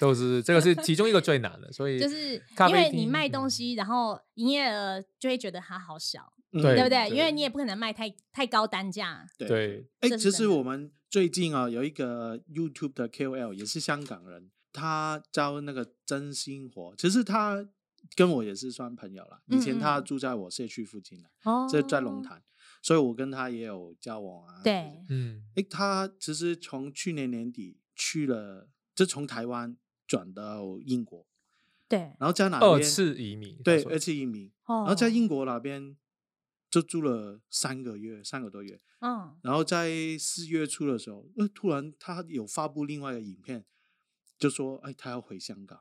Speaker 3: 就是这个是其中一个最难的，所以
Speaker 2: 就是
Speaker 3: 咖
Speaker 2: 因
Speaker 3: 啡
Speaker 2: 为你
Speaker 3: 厅
Speaker 2: 卖
Speaker 3: 嗯
Speaker 2: 东西，然后营业额就会觉得它好小，
Speaker 1: 嗯
Speaker 3: 对
Speaker 2: 对不对？
Speaker 3: 对
Speaker 2: 因为你也不可能卖太太高单价。
Speaker 3: 对
Speaker 1: 哎，
Speaker 2: 这是
Speaker 1: 其
Speaker 2: 真
Speaker 1: 实
Speaker 2: 的
Speaker 1: 我们最近啊有一个 YouTube 的 KOL 也是香港人，他教那个真心活，其实他跟我也是算朋友啦。以前他
Speaker 2: 嗯嗯
Speaker 1: 住在我社区附近的，啊
Speaker 2: 哦
Speaker 1: 这在龙。潭，所以我跟他也有交往啊。
Speaker 2: 对，
Speaker 3: 嗯
Speaker 1: 哎，他其实从去年年底去了，就从台湾转到英国，
Speaker 2: 对，
Speaker 1: 然后在哪边
Speaker 3: 二次移民，他
Speaker 1: 对
Speaker 3: 说
Speaker 1: 二次移民，
Speaker 2: 哦
Speaker 1: 然后在英国那边就住了三个月，三个多月。
Speaker 2: 嗯，
Speaker 1: 然后在四月初的时候，呃，突然他有发布另外一个影片，就说，哎，他要回香港。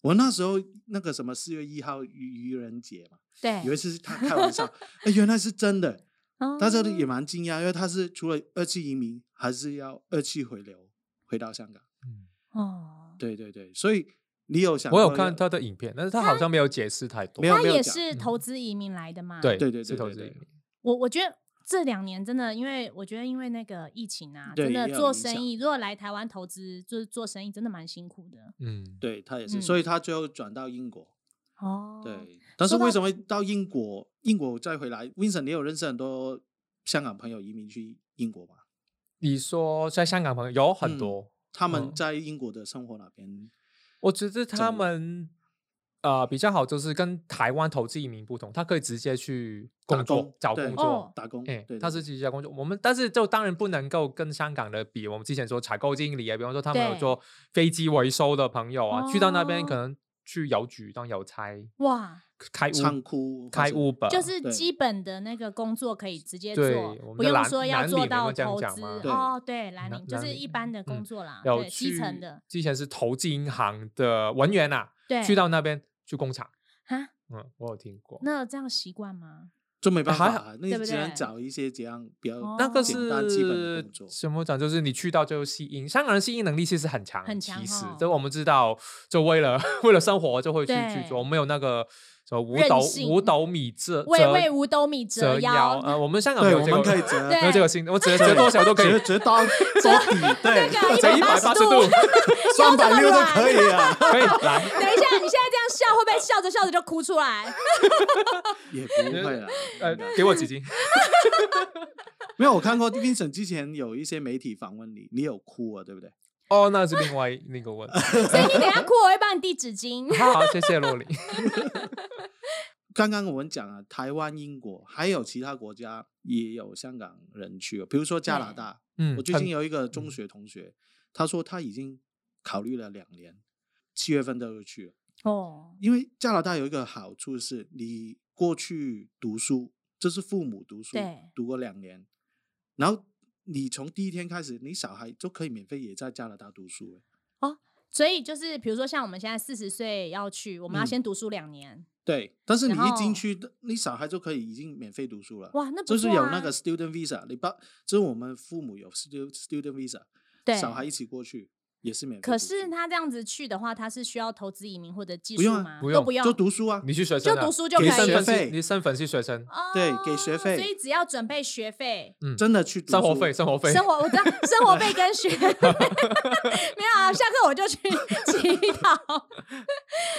Speaker 1: 我那时候那个什么四月一号愚愚人节嘛，
Speaker 2: 对，
Speaker 1: 以为是他开玩笑，哎，原来是真的。
Speaker 2: 哦
Speaker 1: 大家都也蛮惊讶，因为他是除了二次移民，还是要二次回流回到香港。
Speaker 3: 嗯
Speaker 2: 哦，
Speaker 1: 对对对，所以你有想
Speaker 3: 我有
Speaker 1: 过
Speaker 3: 看
Speaker 1: 要
Speaker 3: 他的影片，但是他好像没有解释太多。
Speaker 1: 没有
Speaker 2: 他也
Speaker 1: 讲
Speaker 2: 是
Speaker 3: 嗯
Speaker 2: 投资移民来的嘛。
Speaker 3: 对
Speaker 1: 对对
Speaker 3: 是
Speaker 1: 对
Speaker 3: 投
Speaker 1: 对
Speaker 3: 资
Speaker 1: 对
Speaker 3: 移民，
Speaker 2: 我我觉得这两年真的，因为我觉得因为那个疫情啊，
Speaker 1: 对
Speaker 2: 真的
Speaker 1: 也有
Speaker 2: 做
Speaker 1: 影
Speaker 2: 生
Speaker 1: 响
Speaker 2: 意，如果来台湾投资，就是做生意真的蛮辛苦的
Speaker 3: 嗯，
Speaker 1: 对他也是，所
Speaker 2: 嗯
Speaker 1: 以他最后转到英国。
Speaker 2: 哦。
Speaker 1: 对，但是
Speaker 2: 说到
Speaker 1: 为什么到英国，英国再回来？Vincent，你有认识很多香港朋友移民去英国吗？
Speaker 3: 你说在香港朋友有很
Speaker 1: 嗯
Speaker 3: 多，
Speaker 1: 他们
Speaker 3: 嗯
Speaker 1: 在英国的生活那边，
Speaker 3: 我觉得他
Speaker 1: 么样
Speaker 3: 们呃比较好，就是跟台湾投资移民不同，他可以直接去
Speaker 1: 打
Speaker 3: 工作
Speaker 1: 工
Speaker 3: 找
Speaker 1: 对
Speaker 3: 工
Speaker 2: 哦
Speaker 3: 作。
Speaker 1: 打工，
Speaker 3: 哎
Speaker 1: 对，
Speaker 3: 他是直接找工作。我们但是就当然不能够跟香港的比。我们之前说采购经理啊，比方说他们有
Speaker 2: 对
Speaker 3: 做飞机维修的朋友啊，去到那边可
Speaker 2: 哦
Speaker 3: 能去邮局当邮差，
Speaker 2: 哇，
Speaker 3: 开
Speaker 1: 仓
Speaker 3: 屋
Speaker 1: 库
Speaker 3: 开 Uber，
Speaker 2: 就是
Speaker 1: 对
Speaker 2: 基本的那个工作可以直接
Speaker 3: 呃对
Speaker 2: 做
Speaker 3: 我们，
Speaker 2: 不
Speaker 3: 的
Speaker 2: 用
Speaker 3: 蓝
Speaker 2: 说要
Speaker 3: 蓝
Speaker 2: 做
Speaker 3: 领有没
Speaker 2: 到
Speaker 3: 有这样
Speaker 2: 投
Speaker 3: 讲
Speaker 2: 资
Speaker 3: 吗
Speaker 1: 对
Speaker 2: 哦。对，蓝
Speaker 3: 蓝
Speaker 2: 领就
Speaker 3: 蓝
Speaker 2: 是
Speaker 3: 领
Speaker 2: 一般的工
Speaker 3: 嗯
Speaker 2: 作啦，
Speaker 3: 有
Speaker 2: 对，基层
Speaker 3: 去
Speaker 2: 的，
Speaker 3: 之前是投资银行的文员啊，
Speaker 2: 对，
Speaker 3: 去到那边去工厂，
Speaker 2: 啊，
Speaker 3: 嗯，我有听过。
Speaker 2: 那这样习惯吗？
Speaker 1: 就没办
Speaker 3: 还
Speaker 1: 法啊，那
Speaker 2: 对
Speaker 1: 你
Speaker 2: 不
Speaker 1: 只能
Speaker 2: 对
Speaker 1: 找一些这样比较
Speaker 2: 哦
Speaker 3: 那个
Speaker 1: 简单基本的
Speaker 3: 是
Speaker 1: 工作。
Speaker 3: 什么讲？就是你去到就吸引香港人吸引能力其实很强，
Speaker 2: 很强
Speaker 3: 其实
Speaker 2: 吼
Speaker 3: 这我们知道，就为了 为了生活就会去去
Speaker 2: 对
Speaker 3: 做，我们有那个什么五
Speaker 2: 韧
Speaker 3: 斗
Speaker 2: 性
Speaker 3: 五斗米折
Speaker 2: 为
Speaker 3: 折
Speaker 2: 为五斗米
Speaker 3: 折
Speaker 2: 腰，
Speaker 3: 呃，我们香港
Speaker 1: 对，
Speaker 3: 没有
Speaker 1: 我
Speaker 3: 这
Speaker 1: 们
Speaker 3: 个
Speaker 1: 可以折
Speaker 2: 对
Speaker 3: 没有这个心，我折折多少都可
Speaker 1: 折
Speaker 3: 以，
Speaker 1: 折 到桌底，对，
Speaker 2: 那
Speaker 3: 折
Speaker 2: 个
Speaker 3: 一百八
Speaker 2: 180
Speaker 3: 十
Speaker 2: 度
Speaker 3: 度
Speaker 1: 三百六都可以啊，
Speaker 3: 可以来。
Speaker 2: 等一下，你现在这样笑，会不会笑着笑着就哭出来？
Speaker 1: 也不会啦。
Speaker 3: 呃
Speaker 1: 应该，
Speaker 3: 给我几斤？
Speaker 1: 没有，我看过 Vincent 之前有一些媒体访问你，你有哭啊，对不对？
Speaker 3: 哦，那是另外另一个问题。
Speaker 2: 所以你等一下哭，我会帮你递纸巾。
Speaker 3: 好，谢谢洛里。
Speaker 1: 刚刚我们讲了台湾、英国，还有其他国家也有香港人去了，比如说加拿
Speaker 2: 对
Speaker 1: 大。
Speaker 3: 嗯，
Speaker 1: 我最
Speaker 3: 很
Speaker 1: 近有一个中学同学，他说他已经考虑了两年，七月份都要去了。
Speaker 2: 哦，
Speaker 1: 因为加拿大有一个好处是，你过去读书，这是父母读书
Speaker 2: 对，
Speaker 1: 读过两年，然后你从第一天开始，你小孩就可以免费也在加拿大读书了。
Speaker 2: 所以就是比如说像我们现在四十岁要去，我们要
Speaker 1: 嗯
Speaker 2: 先读书两年。
Speaker 1: 对，但是你
Speaker 2: 然
Speaker 1: 一进
Speaker 2: 后
Speaker 1: 去，你小孩就可以已经免费读书了。
Speaker 2: 哇，那不
Speaker 1: 就是
Speaker 2: 错
Speaker 1: 有那
Speaker 2: 啊
Speaker 1: 个 student visa，你把就是我们父母有 student student visa，
Speaker 2: 对
Speaker 1: 小孩一起过去也是免费读书。
Speaker 2: 可是他这样子去的话，他是需要投资移民或者技
Speaker 1: 不
Speaker 2: 术
Speaker 1: 用啊
Speaker 2: 吗？
Speaker 3: 不
Speaker 2: 都
Speaker 3: 用
Speaker 2: 不用，
Speaker 1: 就读书啊，
Speaker 3: 你去学生啊、
Speaker 2: 就读书就
Speaker 3: 你
Speaker 2: 可以
Speaker 3: 身份
Speaker 1: 学费
Speaker 3: 是你身份是学生，
Speaker 2: 哦
Speaker 1: 对给学费
Speaker 2: 所以只要准备学费。
Speaker 3: 嗯，
Speaker 1: 真的去读
Speaker 3: 生活
Speaker 1: 书
Speaker 3: 费，生活费，
Speaker 2: 生活我 知道生活费跟学费 没有啊，下课我就 去祈祷。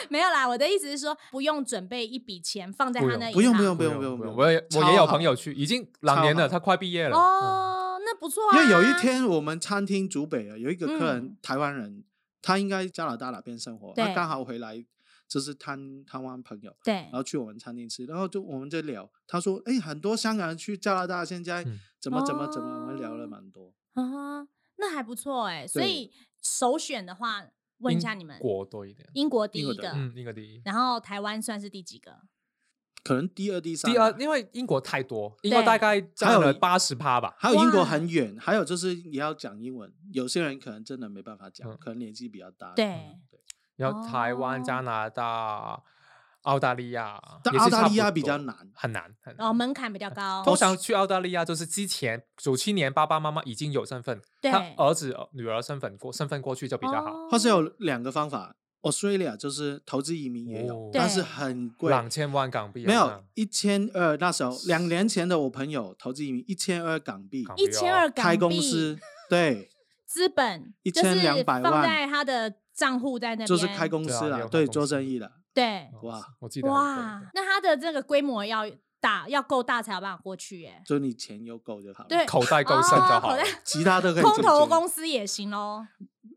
Speaker 2: 没有啦，我的意思是说，不用准备一笔钱放在
Speaker 3: 不
Speaker 2: 他
Speaker 3: 用
Speaker 2: 那里
Speaker 1: 不用
Speaker 2: 啦
Speaker 1: 不用
Speaker 3: 不
Speaker 1: 用不
Speaker 3: 用
Speaker 1: 不用，
Speaker 3: 我也我也
Speaker 1: 超
Speaker 3: 有
Speaker 1: 好
Speaker 3: 朋友去，已经两年了，
Speaker 1: 超
Speaker 3: 他快毕业了。
Speaker 2: 哦，那不错
Speaker 1: 嗯
Speaker 2: 啊。
Speaker 1: 因为有一天我们餐厅主北啊，有一个客人，
Speaker 2: 嗯
Speaker 1: 台湾人，他应该加拿大哪边生活，他
Speaker 2: 对
Speaker 1: 刚好回来，就是探探望朋友，
Speaker 2: 对
Speaker 1: 然后去我们餐厅吃，然后就我们就聊，他说，哎，很多香港人去加拿大，现在
Speaker 3: 嗯
Speaker 1: 怎么怎么怎么，我们聊了
Speaker 2: 哦
Speaker 1: 蛮多。
Speaker 2: 啊，那还不错哎。所
Speaker 1: 对
Speaker 2: 以首选的话，问一下你们
Speaker 3: 英，国嗯多一点，
Speaker 2: 英国第
Speaker 1: 英
Speaker 2: 一
Speaker 1: 国的
Speaker 2: 个，
Speaker 3: 嗯，英国第一，
Speaker 2: 然后台湾算是第几个？
Speaker 1: 可能第二、第三吧，
Speaker 3: 第二，因为英国太多，英国
Speaker 2: 对
Speaker 3: 大概
Speaker 1: 还有
Speaker 3: 占了八十趴吧。
Speaker 1: 还有英国
Speaker 2: 哇
Speaker 1: 很远，还有就是也要讲英文，有些人可能真的没办法讲，
Speaker 3: 嗯
Speaker 1: 可能年纪比较大。
Speaker 2: 对，
Speaker 3: 然后台湾、
Speaker 2: 哦
Speaker 3: 加拿大、澳大利亚，
Speaker 1: 但
Speaker 3: 也
Speaker 1: 澳
Speaker 3: 是
Speaker 1: 大
Speaker 3: 差
Speaker 1: 利
Speaker 3: 不
Speaker 1: 亚比
Speaker 3: 多
Speaker 1: 较难
Speaker 3: 很难很
Speaker 2: 哦，
Speaker 3: 难。
Speaker 2: 门槛比较高。
Speaker 3: 通常去澳大利亚就是之前九七年爸爸妈妈已经有身份，
Speaker 2: 对哦
Speaker 3: 他儿子女儿身份过身份过去就比较好，
Speaker 1: 或是有两个方法，Australia 就是投资移民也有，
Speaker 3: 哦
Speaker 1: 但是
Speaker 2: 对
Speaker 1: 很贵，
Speaker 3: 两千万港币啊
Speaker 1: 没有
Speaker 3: 那
Speaker 1: 一千二，那时候两年前的我朋友投资移民一千二港币
Speaker 3: 港币
Speaker 2: 一千二港
Speaker 1: 开
Speaker 2: 币
Speaker 1: 公司，对，
Speaker 2: 资本
Speaker 1: 1200
Speaker 2: 就是
Speaker 1: 万
Speaker 2: 放在他的账户在那边，
Speaker 1: 就是开公司
Speaker 3: 对啊
Speaker 1: 了，
Speaker 3: 有开
Speaker 1: 对，
Speaker 3: 公
Speaker 1: 做
Speaker 3: 司
Speaker 1: 生意的，
Speaker 2: 对，
Speaker 1: 哇，
Speaker 3: 我记得很贵
Speaker 2: 哇，那他的这个规模要大，要够大才有办法过去耶。
Speaker 1: 就你钱有够就好了，
Speaker 2: 对
Speaker 3: 口袋够深就
Speaker 2: 哦
Speaker 3: 好
Speaker 2: 口
Speaker 3: 了
Speaker 2: 袋。
Speaker 1: 其他都可以
Speaker 2: 空
Speaker 1: 解
Speaker 2: 投
Speaker 1: 决
Speaker 2: 公司也行喽，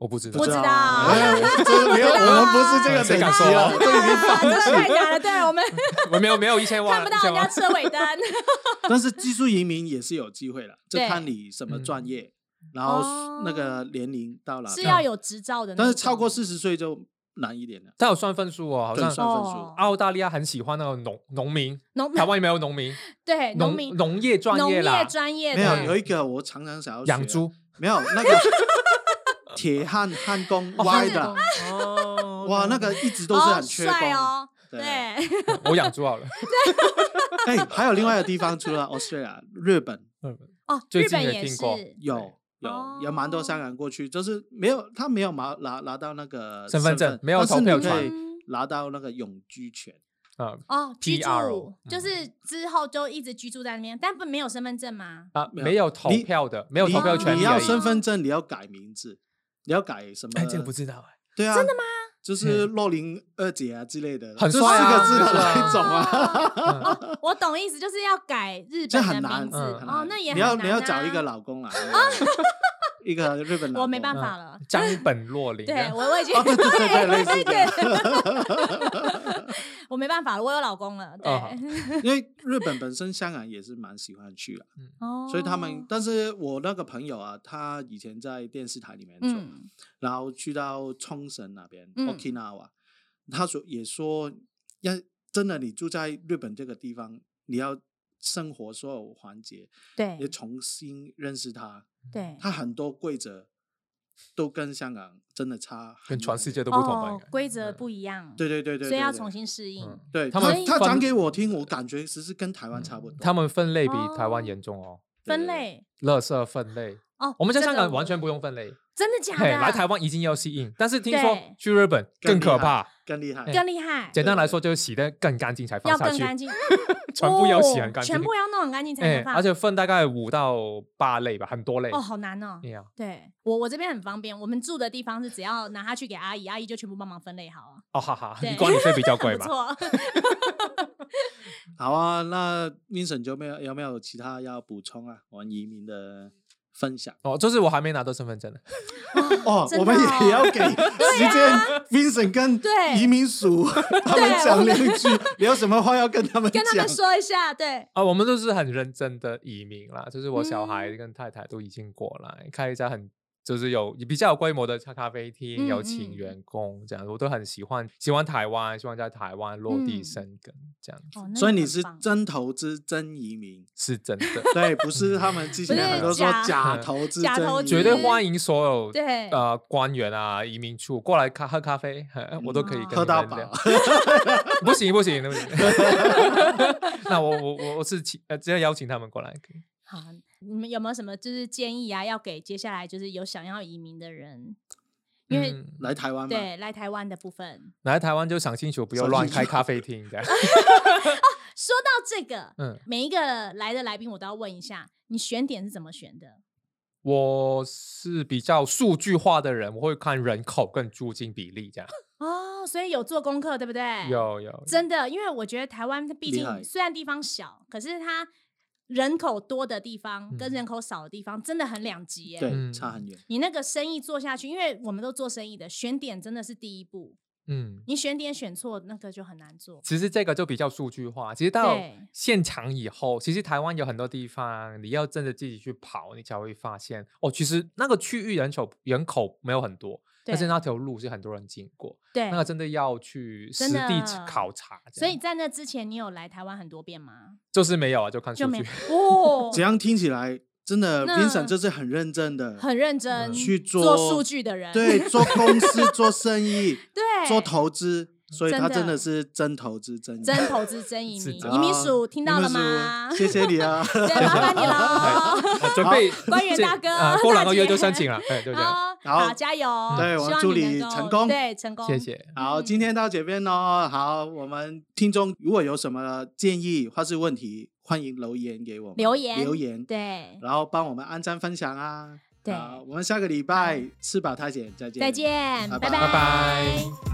Speaker 3: 我不知道，
Speaker 2: 我知道
Speaker 1: 哎我这没有，我们不是这个
Speaker 3: 谁
Speaker 1: 等
Speaker 3: 敢
Speaker 1: 级
Speaker 3: 说
Speaker 1: 了
Speaker 3: 啊
Speaker 1: 这已经
Speaker 2: 啊，这个太难了，对我们
Speaker 3: 我没有没有一千万，
Speaker 2: 看不到
Speaker 3: 一千
Speaker 2: 人家
Speaker 3: 万
Speaker 2: 车尾灯。
Speaker 1: 但是技术移民也是有机会了，就
Speaker 2: 对
Speaker 1: 看你什么专
Speaker 3: 嗯
Speaker 1: 业，然后那
Speaker 2: 哦
Speaker 1: 个年龄到哪
Speaker 2: 是
Speaker 1: 边
Speaker 2: 要有执照的那
Speaker 1: 啊
Speaker 2: 种，
Speaker 1: 但是超过四十岁就难一点了，
Speaker 3: 他有算分数哦，好
Speaker 1: 对
Speaker 3: 像
Speaker 1: 算分数
Speaker 2: 哦
Speaker 3: 澳大利亚很喜欢那个农农民，
Speaker 2: 农
Speaker 3: 台湾也没有农民，
Speaker 2: 对哎农
Speaker 3: 农
Speaker 2: 民
Speaker 3: 农业专
Speaker 2: 农
Speaker 3: 业啦，
Speaker 2: 专业
Speaker 1: 没
Speaker 2: 的
Speaker 1: 有有一个我常常想要学
Speaker 3: 养
Speaker 1: 的，
Speaker 3: 猪，
Speaker 1: 没有那 个铁汉焊工歪的，啊
Speaker 3: 哦
Speaker 1: 哇，那个一直都是
Speaker 2: 哦
Speaker 1: 很缺工
Speaker 2: 帅。哦，
Speaker 1: 对
Speaker 2: 对，
Speaker 3: 我养猪好了，
Speaker 1: 哎，还有另外一个地方，除了 Australia，日本
Speaker 2: 哦，
Speaker 3: 最
Speaker 2: 日
Speaker 3: 近
Speaker 2: 本
Speaker 3: 也
Speaker 2: 也
Speaker 3: 听过
Speaker 2: 是，
Speaker 1: 有有
Speaker 2: 哦
Speaker 1: 有蛮多香港人过去，就是没有他没有拿拿拿到那个
Speaker 3: 身份
Speaker 1: 份
Speaker 3: 证没有
Speaker 1: 但是
Speaker 3: 投票
Speaker 1: 你可以
Speaker 2: 权
Speaker 1: 拿到那个永居权。
Speaker 3: 啊
Speaker 2: 哦，居
Speaker 3: PR
Speaker 2: 住
Speaker 1: 嗯
Speaker 3: 哦
Speaker 2: 就是之后就一直居住在那边，但不没有身份 证吗？
Speaker 3: 啊，
Speaker 1: 没有
Speaker 3: 没有投
Speaker 1: 你
Speaker 3: 票的，没有
Speaker 1: 你
Speaker 3: 投票权利
Speaker 1: 你要
Speaker 3: 而已
Speaker 1: 身份证，你要改名字，你要改什么？
Speaker 3: 哎，这个不知道哎，
Speaker 1: 对啊，真的吗？就是洛林二姐啊之类的，
Speaker 3: 很
Speaker 1: 就四
Speaker 3: 帅啊
Speaker 1: 个字的
Speaker 3: 很帅啊
Speaker 1: 那一种啊。
Speaker 2: 哦，我懂意思，就是要改 日
Speaker 1: 这
Speaker 2: 本
Speaker 1: 很
Speaker 2: 的
Speaker 1: 难，
Speaker 2: 名字
Speaker 1: 嗯很
Speaker 2: 哦
Speaker 1: 难，
Speaker 2: 那也
Speaker 1: 你要
Speaker 2: 很
Speaker 1: 你要
Speaker 2: 难
Speaker 1: 找一个
Speaker 2: 啊
Speaker 1: 老 公来，一个日本老公，
Speaker 2: 我没办
Speaker 1: 法。
Speaker 2: 法了。
Speaker 3: 张本洛林，啊
Speaker 2: 对我 我已经
Speaker 1: 哦，对对对对，类似这样
Speaker 2: 我没办法了，我有老公了。对，
Speaker 3: 哦
Speaker 1: 因为日本本身香港也是蛮喜欢去的，
Speaker 2: 哦
Speaker 1: 所以他们，但是我那个朋友啊，他以前在电视台里面做，
Speaker 2: 嗯
Speaker 1: 然后去到冲绳那边、
Speaker 2: 嗯
Speaker 1: Okinawa，他说也说要真的你住在日本这个地方，你要生活所有环节
Speaker 2: 对
Speaker 1: 也重新认识他，
Speaker 2: 对，
Speaker 1: 他很多规则都跟香港真的差很
Speaker 3: 跟全
Speaker 1: 远
Speaker 3: 世界
Speaker 1: 的
Speaker 3: 都不同吧应
Speaker 2: 哦
Speaker 3: 该？
Speaker 2: 规
Speaker 1: 嗯
Speaker 2: 则不一样，
Speaker 1: 对对对对，
Speaker 2: 所
Speaker 1: 对
Speaker 2: 以要
Speaker 1: 对
Speaker 2: 重新适应
Speaker 3: 嗯。
Speaker 1: 对
Speaker 3: 他
Speaker 1: 他
Speaker 2: 们
Speaker 1: 他
Speaker 3: 分嗯
Speaker 1: 讲给我听，我感觉其实跟台湾差不多。
Speaker 3: 他们分类比台湾
Speaker 2: 哦
Speaker 3: 严重哦，
Speaker 1: 对对
Speaker 2: 分
Speaker 1: 对
Speaker 2: 类
Speaker 3: 垃圾分类，
Speaker 2: 哦，
Speaker 3: 我们在
Speaker 2: 这
Speaker 3: 香
Speaker 2: 个
Speaker 3: 港完
Speaker 2: 我
Speaker 3: 全不用分类，
Speaker 2: 真的假
Speaker 3: 嘿，
Speaker 2: 的？啊
Speaker 3: 来台湾已经要适应，但是听说
Speaker 2: 对
Speaker 3: 去日本更
Speaker 1: 更
Speaker 3: 可
Speaker 1: 厉害
Speaker 3: 怕。
Speaker 1: 更厉害，
Speaker 2: 更厉害，
Speaker 3: 简单
Speaker 1: 对
Speaker 3: 来说，就是洗得更干净才放
Speaker 2: 要
Speaker 3: 哎下
Speaker 2: 更
Speaker 3: 去，
Speaker 2: 干 净，
Speaker 3: 全部要洗
Speaker 2: 哦
Speaker 3: 很干净，
Speaker 2: 全部要弄很干净才
Speaker 3: 哎
Speaker 2: 能放。
Speaker 3: 而且分大概五到八类吧，很多类。
Speaker 2: 哦，好难哦。
Speaker 3: 哎呀，
Speaker 2: 对我我这边很方便，我们住的地方是只要拿它去给阿姨，阿姨就全部帮忙分类好啊。
Speaker 3: 哦哈哈，
Speaker 2: 对
Speaker 3: 你管理费比较贵
Speaker 2: 不
Speaker 3: 吧？
Speaker 2: 错，
Speaker 1: 好啊，那 Vincent 有没有有没有其他要补充啊？我们移民的分享
Speaker 3: 哦，就是我还没拿到身份证呢。
Speaker 1: 哦
Speaker 2: 真
Speaker 1: 我们
Speaker 2: 的
Speaker 1: 也要
Speaker 2: 哦啊
Speaker 1: 给时间 Vincent 跟
Speaker 2: 对
Speaker 1: 移民署他们
Speaker 2: 对
Speaker 1: 讲
Speaker 2: 我
Speaker 1: 两句，你有什么话要跟他们
Speaker 2: 跟他
Speaker 1: 讲
Speaker 2: 们？说一下，对，
Speaker 3: 啊，我们都是很认真的移民啦，就是我小孩
Speaker 2: 嗯
Speaker 3: 跟太太都已经过来，开一家很就是有比较有规模的咖啡厅，
Speaker 2: 嗯
Speaker 3: 有
Speaker 2: 嗯
Speaker 3: 请员工这样，我都很喜欢喜欢台湾，希望在台湾落地
Speaker 2: 嗯
Speaker 3: 生根，这样
Speaker 2: 哦那
Speaker 1: 所以
Speaker 2: 个
Speaker 1: 你
Speaker 2: 很
Speaker 1: 是
Speaker 2: 棒
Speaker 1: 真投资真移民，，
Speaker 3: 是真的
Speaker 1: 对，不是他们之
Speaker 2: 不
Speaker 1: 前
Speaker 2: 是
Speaker 1: 很多说
Speaker 2: 假
Speaker 1: 假投资真移民，
Speaker 2: 嗯啊假投资
Speaker 3: 绝对 欢迎所有
Speaker 2: 对
Speaker 3: 呃官员啊移民处过来咖喝咖啡， 呃我都可以
Speaker 2: 嗯
Speaker 3: 跟
Speaker 1: 喝
Speaker 3: 你
Speaker 1: 到
Speaker 3: 们聊
Speaker 1: 饱。
Speaker 3: 不行不行 不行， 那我我我我是请呃直接邀请他们过来可以。
Speaker 2: 好，你们有没有什么就是建议啊？要给接下来就是有想要移民的人，因为、
Speaker 3: 嗯
Speaker 1: 来台湾嘛，
Speaker 2: 对来台湾的部分。
Speaker 3: 来台湾就想清楚，不要
Speaker 1: 想
Speaker 3: 乱
Speaker 1: 清
Speaker 3: 开
Speaker 1: 楚
Speaker 3: 咖啡厅这样。
Speaker 2: 说到这个，
Speaker 3: 嗯，
Speaker 2: 每一个来的来宾我都要问一下，你选点是怎么选的？
Speaker 3: 我是比较数据化的人，我会看人口跟租金比例这样。
Speaker 2: 哦，所以有做功课对不
Speaker 1: 哎
Speaker 2: 对？
Speaker 3: 有有，
Speaker 2: 真的，因为我觉得台湾它毕
Speaker 1: 厉害
Speaker 2: 竟虽然地方小，可是它人口多的地方跟
Speaker 3: 嗯
Speaker 2: 人口少的地方真的很两极耶。
Speaker 1: 对，
Speaker 3: 嗯
Speaker 1: 差很远。
Speaker 2: 你那个生意做下去，因为我们都做生意的，选点真的是第一步。
Speaker 3: 嗯，
Speaker 2: 你选点选错，那个就很难做。
Speaker 3: 其实这个就比较数据化。其实到
Speaker 2: 对
Speaker 3: 现场以后，其实台湾有很多地方，你要真的自己去跑，你才会发现哦，其实那个区域人口人口没有很多，但是
Speaker 2: 对
Speaker 3: 那条路是很多人经过，
Speaker 2: 对，
Speaker 3: 那个真的要去实
Speaker 2: 真
Speaker 3: 地去
Speaker 2: 的
Speaker 3: 考察这
Speaker 2: 所以
Speaker 3: 样。
Speaker 2: 在那之前，你有来台湾很多遍吗？
Speaker 3: 就是没有啊，就看
Speaker 2: 就
Speaker 3: 数
Speaker 2: 没
Speaker 3: 据。
Speaker 2: 哦
Speaker 1: 这，样听起来，真的
Speaker 2: 那
Speaker 1: Vincent 这是很认真的，
Speaker 2: 很认真
Speaker 1: 去
Speaker 2: 做
Speaker 1: 做
Speaker 2: 数据的人，
Speaker 1: 对，做公司、做生意、
Speaker 2: 对，
Speaker 1: 做投资，所以
Speaker 2: 真
Speaker 1: 他真的
Speaker 2: 的
Speaker 1: 是真投资真移民
Speaker 2: 真投资真移
Speaker 3: 是
Speaker 2: 民，
Speaker 3: 的
Speaker 2: 移民
Speaker 1: 啊
Speaker 2: 署听到
Speaker 1: 你
Speaker 2: 了
Speaker 1: 们是
Speaker 2: 吗？
Speaker 1: 谢谢你啊！
Speaker 2: 对，麻烦你 了。
Speaker 3: 啊准备
Speaker 2: 官员
Speaker 3: 这
Speaker 2: 大哥
Speaker 3: 啊过
Speaker 2: 大
Speaker 3: 两个月
Speaker 2: 姐
Speaker 3: 就申请了，对，就这样。
Speaker 2: 好，
Speaker 1: 好
Speaker 2: 好，加油！
Speaker 1: 对我
Speaker 2: 希
Speaker 1: 们
Speaker 2: 望
Speaker 1: 祝
Speaker 2: 你
Speaker 1: 你
Speaker 2: 能
Speaker 1: 成
Speaker 2: 够
Speaker 1: 功
Speaker 2: 对，成功，
Speaker 3: 谢。谢。
Speaker 1: 好，
Speaker 2: 嗯
Speaker 1: 今天到这边喽。好，我们听众如果有什么建议或是问题，欢迎留言给我们，
Speaker 2: 留言
Speaker 1: 留言，
Speaker 2: 对，
Speaker 1: 然后帮我们按赞分享啊。
Speaker 2: 对
Speaker 1: 好我们下个礼拜吃饱太闲，再见，
Speaker 2: 再见，
Speaker 1: 拜
Speaker 2: 拜
Speaker 1: 拜
Speaker 3: 拜